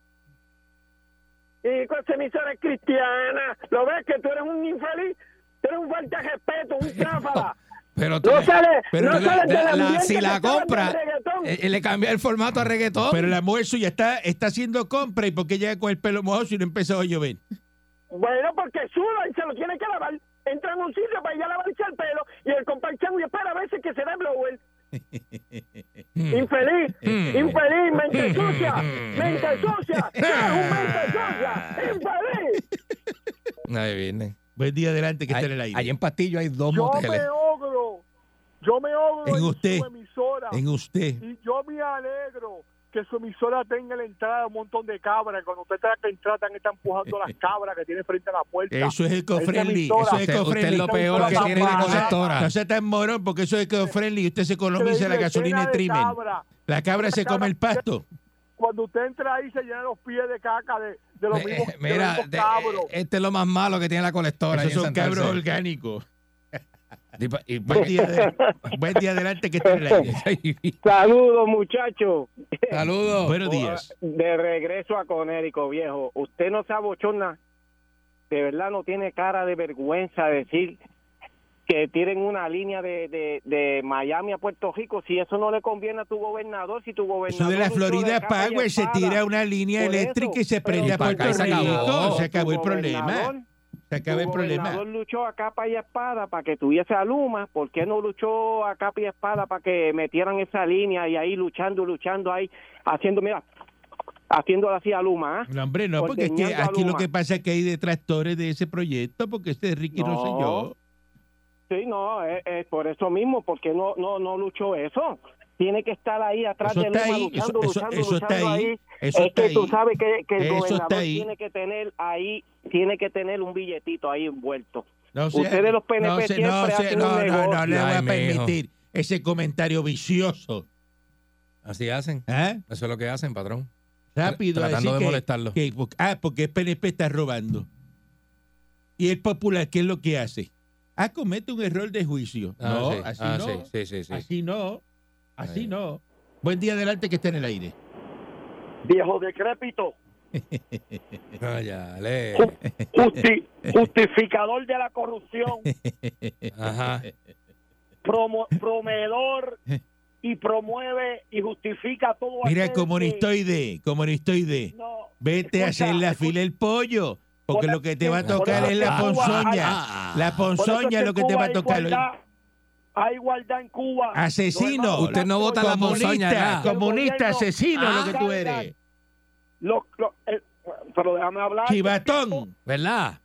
G: Y con esa emisora es cristiana. ¿Lo ves que tú eres un infeliz? Tú eres un falta de respeto, un tráfala.
D: Pero tú-
G: No sale,
D: pero
G: no
D: la-
G: sale del
D: la-
G: ambiente
D: si
G: que
D: la
G: estaba del
D: compra,
G: reggaetón.
D: eh, eh, le cambia el formato a reggaetón.
C: Pero la mujer suya está, está haciendo compra. ¿Y por qué llega con el pelo mojado si no empezó a llover?
G: Bueno, porque suda y se lo tiene que lavar. Entra en un sitio para ir a lavarse el pelo y el compadre Changuí espera a veces que se da el blower.
D: Mm.
G: infeliz, infeliz, mente sucia, mente sucia, tú eres un mente sucia, infeliz.
D: Ahí viene.
C: Buen día adelante que está en el aire.
D: Ahí en Pastillo hay dos
H: Yo
D: moteles.
H: me ogro, yo me ogro
C: En
H: en,
C: usted,
H: su emisora
C: En usted.
H: y yo me alegro que su emisora tenga la entrada de un montón de cabras. Cuando usted está que entrar, están, están empujando las cabras que tiene frente a la puerta.
C: Eso es eco-friendly.
H: emisora.
C: Eso es
D: Usted, usted es
C: eco-friendly.
D: lo peor que
H: Esta
D: tiene la
H: emisora-
D: colectora.
C: No sea tan morón porque eso es eco-friendly y usted se economiza la
H: Increíble,
C: gasolina
H: llena
C: y
H: de
C: trimen.
H: cabra.
C: La cabra se come el pasto.
H: Cuando usted entra ahí, se llenan los pies de caca de, de los
D: Eh,
H: mismos,
D: eh,
H: de los
D: Mira,
H: mismos
D: de-
H: cabros.
C: eh,
D: este es lo más malo que tiene la
C: Esos
D: colectora. ahí en
C: son
D: Santurce.
C: cabros orgánicos.
D: Y pa- y-
C: Buen día, de- buen día adelante que está en el aire.
G: Saludos, muchachos.
D: Saludos.
C: Buenos días.
G: De regreso a Conérico, viejo. Usted no se abochona. De verdad no tiene cara de vergüenza decir que tiren una línea de, de, de Miami a Puerto Rico. Si eso no le conviene a tu gobernador, si tu
C: Eso
G: gobernador...
C: de la
G: usó
C: Florida
G: capa y
C: Power se
G: espada.
C: tira una línea
G: Por eso,
C: eléctrica y se
G: pero
C: prende a
D: para
C: Puerto
D: acá se
C: Rico.
D: acabó.
C: Se acabó el
G: Tu
C: problema.
G: gobernador-
C: Se acabó el
G: tu
C: problema.
G: gobernador luchó a capa y espada para que tuviese a Luma, ¿por qué no luchó a capa y espada para que metieran esa línea y ahí luchando, luchando ahí, haciendo, mira, haciéndole así a Luma? ¿ah?
C: No, hombre, no, porque es que
G: Ordeñando a
C: aquí lo
G: Luma.
C: que pasa es que hay detractores de ese proyecto porque este es Ricky
G: No.
C: Rosselló.
G: Sí, no, es, es por eso mismo, porque no, no, no luchó eso. Tiene que estar ahí atrás
C: Eso
G: de
C: está
G: Luma
C: ahí, eso-
G: luchando,
C: eso-
G: luchando,
C: eso está
G: luchando
C: ahí,
G: ahí.
C: eso
G: es
C: está
G: que tú
C: ahí,
G: sabes que, que el
C: eso está
G: gobernador
C: ahí.
G: tiene que tener ahí, tiene que tener un billetito ahí envuelto.
C: No sea-
G: Ustedes los PNP
C: no sé,
G: siempre
C: no, sé,
G: hacen
C: no,
G: un
C: no, no,
G: negocio.
C: le voy a
D: Ay, mijo.
C: permitir ese comentario vicioso.
D: Así hacen.
C: ¿ah?
D: Eso es lo que hacen, patrón.
C: Rápido,
D: Tra- tratando
C: decir
D: de
C: que-
D: molestarlo.
C: que- porque- ah, porque el PNP está robando. Y el popular, ¿qué es lo que hace? Ah, comete un error de juicio.
D: Ah,
C: no,
D: sí.
C: así
D: Ah,
C: no.
D: sí, sí, sí, sí.
C: Así no. Así
D: Ahí.
C: no. Buen día adelante que está en el aire.
H: Viejo decrépito,
D: Ah, Cállale.
H: justi- justificador de la corrupción,
D: Ajá.
H: promo- proveedor y promueve y justifica todo
C: Eh. Mira,
H: aquel que-
C: comunistoide, comunistoide.
H: No,
C: Vete a
H: Escucha,
C: hacer la
H: escucha.
C: fila el pollo. Porque
H: Por
C: lo que
H: eso
C: te va a
H: es que-
C: tocar
H: por
C: es
H: eso
C: la
H: es que Cuba
D: Ah,
C: ponzoña. La
H: Por eso
C: ponzoña
H: que
C: es lo
H: en
C: que te
H: Cuba
C: va a
H: hay
C: tocar. hoy.
H: igualdad, Hay igualdad en Cuba.
C: Asesino.
H: Los hermanos
D: Usted no
H: blancos,
D: vota la ponzoña,
C: Comunista,
D: nada.
C: comunista, asesino
D: Ah.
C: lo que tú eres.
H: los- los- eh, pero déjame hablar.
C: Chivatón.
D: ¿Verdad?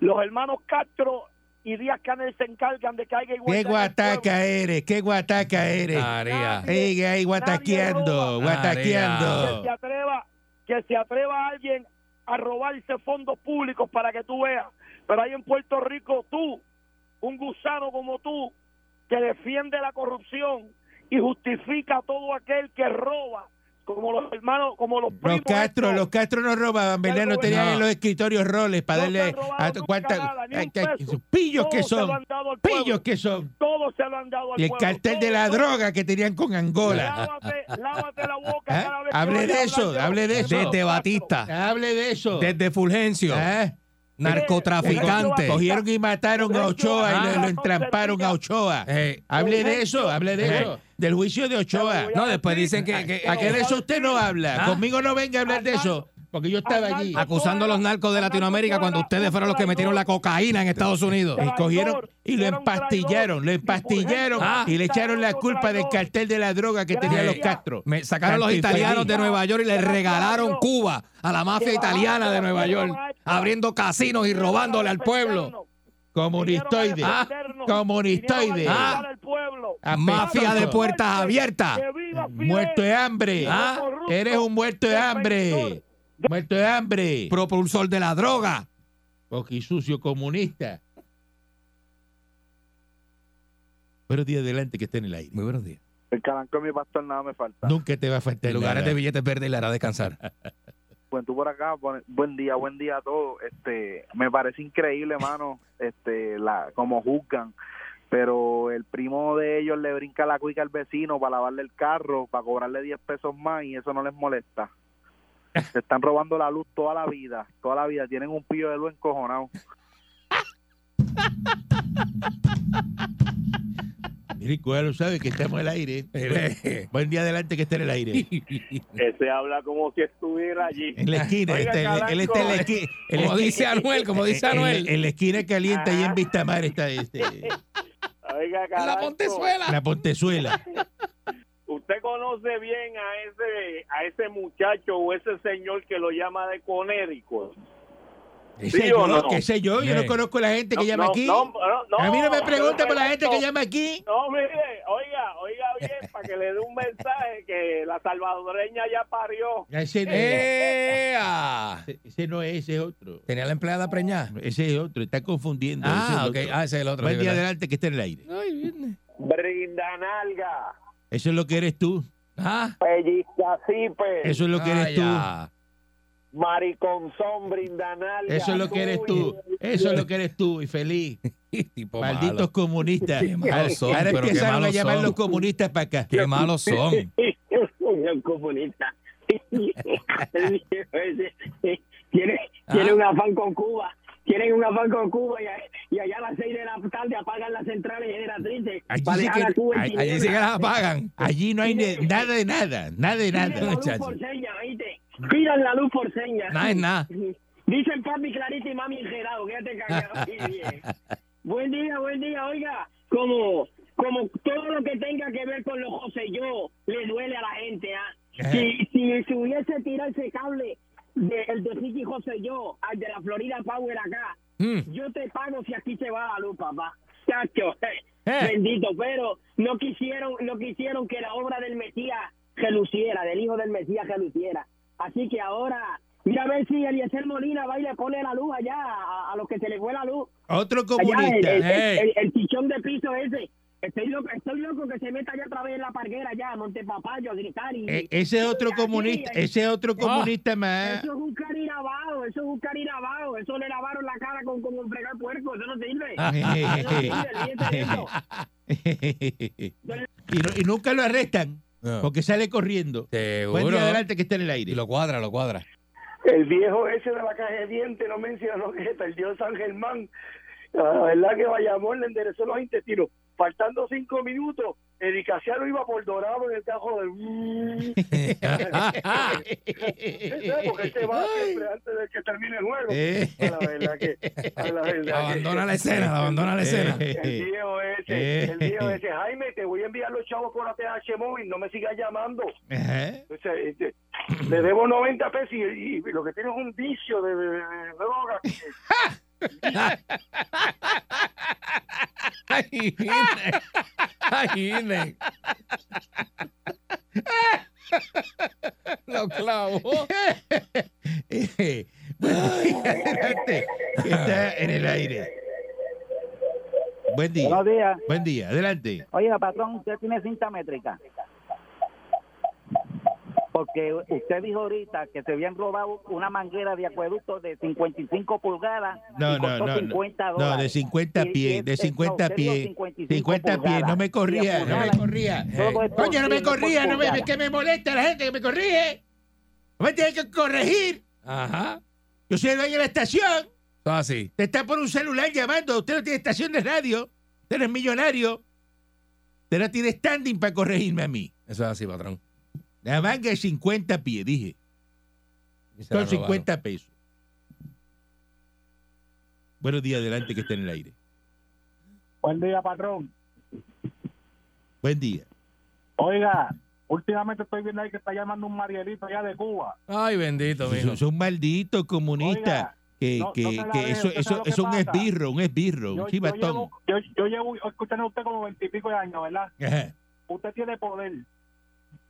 H: Los hermanos Castro y Díaz Canel se encargan de que haya igualdad.
C: Qué
H: en el pueblo.
C: guataca eres, qué guataca eres.
D: María.
C: Sigue ahí guataqueando,
H: roba. Que
C: guataqueando.
H: se atreva, que se atreva alguien a robarse fondos públicos para que tú veas. Pero ahí en Puerto Rico tú, un gusano como tú, que defiende la corrupción y justifica a todo aquel que roba, como los hermanos, como los primos.
C: Los Castro,
H: estos.
C: los Castro no robaban, ¿verdad? No
H: algo-
C: tenían
D: No.
C: en los escritorios roles para
H: este. No se
C: darle
H: han robado
C: a
H: nunca
C: cuántas
H: nada, ni un
C: ay, que-
H: peso.
C: esos pillos que
H: Todos se lo
C: son,
H: han dado al pueblo.
C: pillos que son.
H: Todos se lo han dado al
C: Y el
H: pueblo.
C: cartel de
H: Todos,
C: la
H: todos.
C: droga que tenían con Angola.
H: Lávate, lávate la boca
C: ¿Ah?
H: cada vez que
C: Hable
H: vayas
C: de
H: a
C: eso,
H: hablar
C: hable de eso.
D: Desde Batista,
C: Hable de eso.
D: desde Fulgencio,
C: ¿Ah?
D: narcotraficante.
C: Cogieron y mataron a Ochoa y
H: Ah.
C: lo, lo entramparon a Ochoa.
D: Eh,
C: Hable de eso, hable de
D: Eh.
C: eso. Del juicio de Ochoa.
D: no, después dicen que, que-
C: ¿A qué de eso usted no habla?
D: Ah.
C: Conmigo no venga a hablar de eso, porque yo estaba allí.
D: acusando a los narcos de Latinoamérica cuando ustedes fueron los que metieron la cocaína en Estados Unidos.
C: Y cogieron y lo
H: Era un traidor.
C: empastillaron, lo empastillaron
D: Ah.
C: y le echaron la
H: Traidor,
C: culpa del
H: traidor.
C: cartel de la droga que tenían los
H: Gracias.
C: Castro.
D: Me sacaron los
C: Cantifeliz.
D: italianos de Nueva York y les
H: Era
D: regalaron
H: traidor.
D: Cuba a la mafia
H: Llevaron
D: italiana de
H: la
D: Nueva
H: tierra
D: York,
H: maestra.
D: abriendo casinos y robándole al pueblo.
C: Comunistoide.
H: Vinieron a
C: Ah,
H: defendernos,
C: Comunistoide.
H: vinieron a ayudar
D: Ah.
H: al pueblo.
D: Mafia de
C: Apestoso.
D: puertas abiertas.
H: Que viva Fidel.
C: Muerto de hambre.
D: Ah.
H: Corrupto.
C: Eres un muerto de hambre. Muerto de hambre.
D: Propulsor de la droga.
C: sucio comunista. Buenos días, adelante, que esté en el aire.
D: Muy buenos días.
I: El calanco de mi pastor nada me falta.
C: Nunca te va a faltar
D: En lugares
C: nada.
D: de billetes verdes y le hará descansar.
I: Pues tú por acá, buen, buen día, buen día a todos. Este, me parece increíble, mano, este, la, como juzgan. Pero el primo de ellos le brinca la cuica al vecino para lavarle el carro, para cobrarle 10 pesos más y eso no les molesta. Se están robando la luz toda la vida, toda la vida. Tienen un pillo de luz encojonado.
C: Miren, Cuadro sabe que estamos al aire. Buen día, adelante, que esté en el aire.
H: Ese habla como si estuviera allí.
C: En la esquina,
H: Oiga,
C: está en la- él está en la
H: Calanco.
C: esquina. en la
D: Como
C: esquina-
D: dice Anuel, como dice
C: en la-
D: Anuel.
C: en la esquina caliente, ahí en Vistamar está este,
H: Oiga,
D: En la
H: Calanco,
D: Pontezuela.
C: la Pontezuela.
H: Usted conoce bien a ese a ese muchacho o ese señor que lo llama de Conérico.
C: ¿Qué
H: ¿Sí
C: sé yo?
H: o no?
C: ¿Qué sé yo? Yo no
D: Sí.
C: conozco la gente ¿Este que llama aquí.
H: No, no, no,
C: a mí no me pregunta por la gente que
H: no,
C: llama aquí.
H: No, mire, oiga, oiga bien, para que le dé un mensaje que la salvadoreña ya parió.
C: Ese no,
D: Eh. ¡Ea!
C: ese no es, ese es otro.
D: Tenía la empleada preñada.
C: Ese es otro, está confundiendo.
D: Ah, ok.
C: ese es otro.
D: Ah, ese es el otro.
C: Buen
D: sí,
C: día,
D: ¿verdad?
C: adelante, que esté en el aire.
H: Brindanalga,
C: Eso es lo que eres tú.
D: Ah,
H: pellizcacipe,
C: Eso es lo que eres tú.
D: ah,
H: mariconzón, brindanalga.
C: Eso es lo que eres tú. Eso es lo que eres tú, y feliz.
D: ya. Tipo
C: Malditos
D: malo.
C: comunistas.
D: Qué malos son,
C: Ahora
D: pero qué
C: empezaron a
D: malos
C: llamar
D: son.
C: los comunistas para acá.
D: Qué malos son.
H: Unión comunista. tiene,
C: Ah.
D: tiene
H: un afán con Cuba. Tienen un afán con Cuba y, allá a las 6 de la tarde apagan las centrales generatrices.
C: Allí sí que- a-
D: Allí sí que las apagan.
C: Allí no hay ni- nada de nada, nada de
D: Miren,
C: nada.
D: muchacho.
H: señas, ¿oíste? Pidan la luz por señas.
D: Nada es nada.
H: Dicen papi Clarita y mami Gerardo, quédate cagado. Sí, bien. buen día, buen día, oiga, como, como todo lo que tenga que ver con los José yo, le duele a la gente, ¿ah?
C: Eh,
H: Si, si, si hubiese tirado ese cable del de Ricky José yo al de la Florida Power acá,
C: hmm.
D: Mm.
H: yo te pago si aquí se va la luz, papá. Chacho, eh,
D: Eh.
H: bendito, pero no quisieron, no quisieron que la obra del Mesías reluciera, del hijo del Mesías reluciera. Así que ahora, mira a ver si Eliezer Molina va y le pone la luz allá a, a los que se le fue la luz.
C: Otro
H: Allá, el, el,
C: comunista. Eh,
H: el-
D: hey.
H: el- el pichón de piso ese. Estoy loco, estoy loco que se meta allá otra vez en la parguera, allá, a Montepapayo, a gritar y...
D: Eh,
C: E- ese otro
H: Aquí,
C: comunista,
H: eh,
C: ese
D: Ah.
C: otro comunista más.
H: Eso es un carirabao, eso es un carirabao, eso le lavaron la cara con, con un fregar puerco, eso no sirve. Eso no sirve, olvídate de eso.
C: y, no- y nunca lo arrestan
D: No.
C: porque sale corriendo. Buen día,
D: Ah, Seguro.
C: adelante, que está en el aire.
D: Y lo cuadra, lo cuadra.
H: El viejo ese de la caja de dientes no mencionó que se perdió en San Germán. La verdad que Bayamón le enderezó los intestinos. Faltando cinco minutos, Ericasiano iba por dorado en el cajo del... Porque se va siempre antes de que termine el juego.
C: Eh.
H: La verdad que... La verdad que...
D: Abandona la escena, abandona la escena.
H: El
C: Eh,
H: viejo ese, el viejo ese, Jaime, te voy a enviar los chavos por ATH móvil, no me sigas llamando.
C: ajá.
H: O sea, este, le debo 90 pesos y, y lo que tiene es un vicio de, de- de- de droga.
D: Ay, Ine. Ay, Ine. Lo clavó.
C: Eh, Buen día, adelante, que está en el aire. Buen día,
F: días.
C: buen día, adelante.
F: Oiga, patrón, usted tiene cinta métrica.
J: porque usted dijo ahorita que se habían robado una manguera de acueducto de 55 pulgadas
C: No,
J: y
C: no,
J: costó
C: no, no.
J: 50
C: No,
J: dólares.
C: de 50
J: Y- y
C: pies, de
J: es- no,
C: 50
J: usted dijo
C: pies.
J: 55
C: 50 pies, no me
J: pulgadas.
C: corría, no me
J: Pulgadas.
C: corría.
J: Todo
C: Eh,
J: es
C: Coño, no me
J: posible por
C: corría, no me,
J: pulgadas.
C: que me molesta la gente que me corrige. No me tienes que corregir.
D: Ajá. Ah,
C: Yo soy el dueño de la estación.
D: Todo así.
C: Te está por un celular llamando. Usted no tiene estación de radio. Usted no es millonario. Usted no tiene standing para corregirme a mí.
D: Eso es así, patrón.
C: La manga es 50 pies, dije.
D: Y se la
C: Son
D: robaron.
C: 50 pesos. Buenos días, adelante que está en el aire.
G: Buen día, patrón.
C: Buen día.
G: Oiga, últimamente estoy viendo ahí que está llamando un Marielito allá de Cuba.
D: Ay, bendito, mijo.
C: Son, son malditos comunistas.
G: Oiga,
C: Que,
G: no-
C: que,
G: no se la
C: que
G: dejo,
C: eso,
G: ¿usted sabe
C: eso,
G: lo que
C: eso es un
G: pasa?
C: esbirro, un esbirro,
G: Yo,
C: un
G: yo
C: chivatón.
G: llevo, yo, yo llevo escuchando a usted como veintipico de años, ¿verdad?
C: Ajá.
G: Usted tiene poder.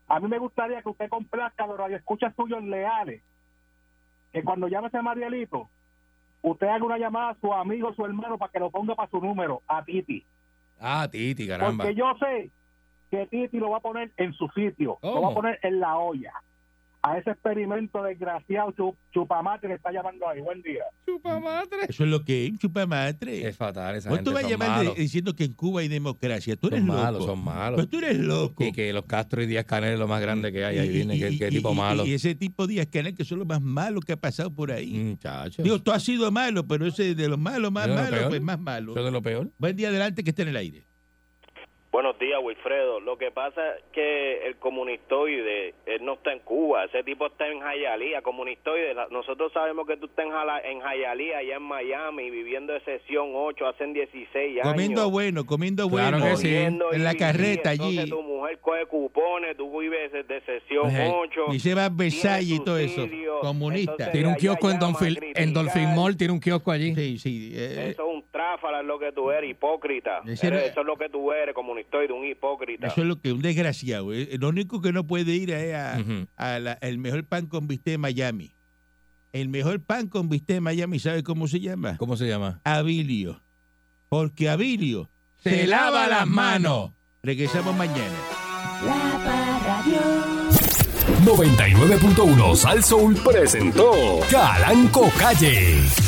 G: A mí me gustaría que usted complazca a los radioescuchas suyos leales. Que cuando llame ese Marielito, usted haga una llamada a su amigo, su hermano, para que lo ponga para su número, a Titi.
D: Ah, Titi, caramba.
G: Porque yo sé que Titi lo va a poner en su sitio, lo va
D: ¿Cómo?
G: a poner en la olla. A ese experimento desgraciado chup- chupamate que está llamando ahí. Buen día.
C: Eso es lo que es, un chupamatre.
D: Es fatal esa
C: Vos
D: gente.
C: Pues tú vas
D: son
C: llamando
D: malos.
C: diciendo que en Cuba hay democracia. Tú eres
D: Son malos,
C: loco.
D: son malos.
C: Pues tú eres loco.
D: Y que los Castro y Díaz Canel es lo más grande que hay. Ahí
C: Y-
D: viene,
C: y-
D: qué,
C: y-
D: qué
C: y-
D: tipo
C: y-
D: malo.
C: Y ese tipo de canal que son los más malos que ha pasado por ahí.
D: Muchachos.
C: Digo, tú has sido malo, pero ese de los malos, más
D: Mm, Yo lo
C: malo,
D: peor.
C: pues más malo.
D: Eso es de lo peor.
C: Buen día adelante que esté en el aire.
H: Buenos días, Wilfredo. Lo que pasa es que el comunistoide, él no está en Cuba, ese tipo está en Jayalía, comunistoide. la- Nosotros sabemos que tú estás en, Jala- en Jayalía, allá en Miami, viviendo de sesión 8, hacen 16 años.
C: Comiendo bueno, comiendo
D: Claro
C: bueno.
D: que sí.
H: Cogiendo
C: En la
H: IBC,
C: carreta
H: entonces
C: allí.
H: tu mujer coge cupones, tú vives de sesión
D: Ey.
H: 8.
C: Y lleva a Versalles y todo eso.
H: subsidios,
C: Comunista.
H: entonces
D: Tiene un
H: allá
D: kiosco en
H: llama a
D: Dolphin, en
H: criticar.
D: Dolphin Mall, tiene un kiosco allí.
C: Sí, sí. eh,
H: Eso es un tráfala, es lo que tú eres, hipócrita.
C: Ese
H: Eres-
C: no-
H: eso es lo que tú eres, comunistoide, un hipócrita.
C: Eso es lo que un desgraciado. eh. Lo único que no puede ir es a,
D: Ujú.
C: a la- el mejor pan con bistec de Miami. El mejor pan con bistec de Miami, ¿sabe cómo se llama?
D: ¿Cómo se llama?
C: Abilio. Porque Abilio se Regresamos mañana.
B: La Parradio.
A: 99.1 Sal Soul presentó Calanco Calle.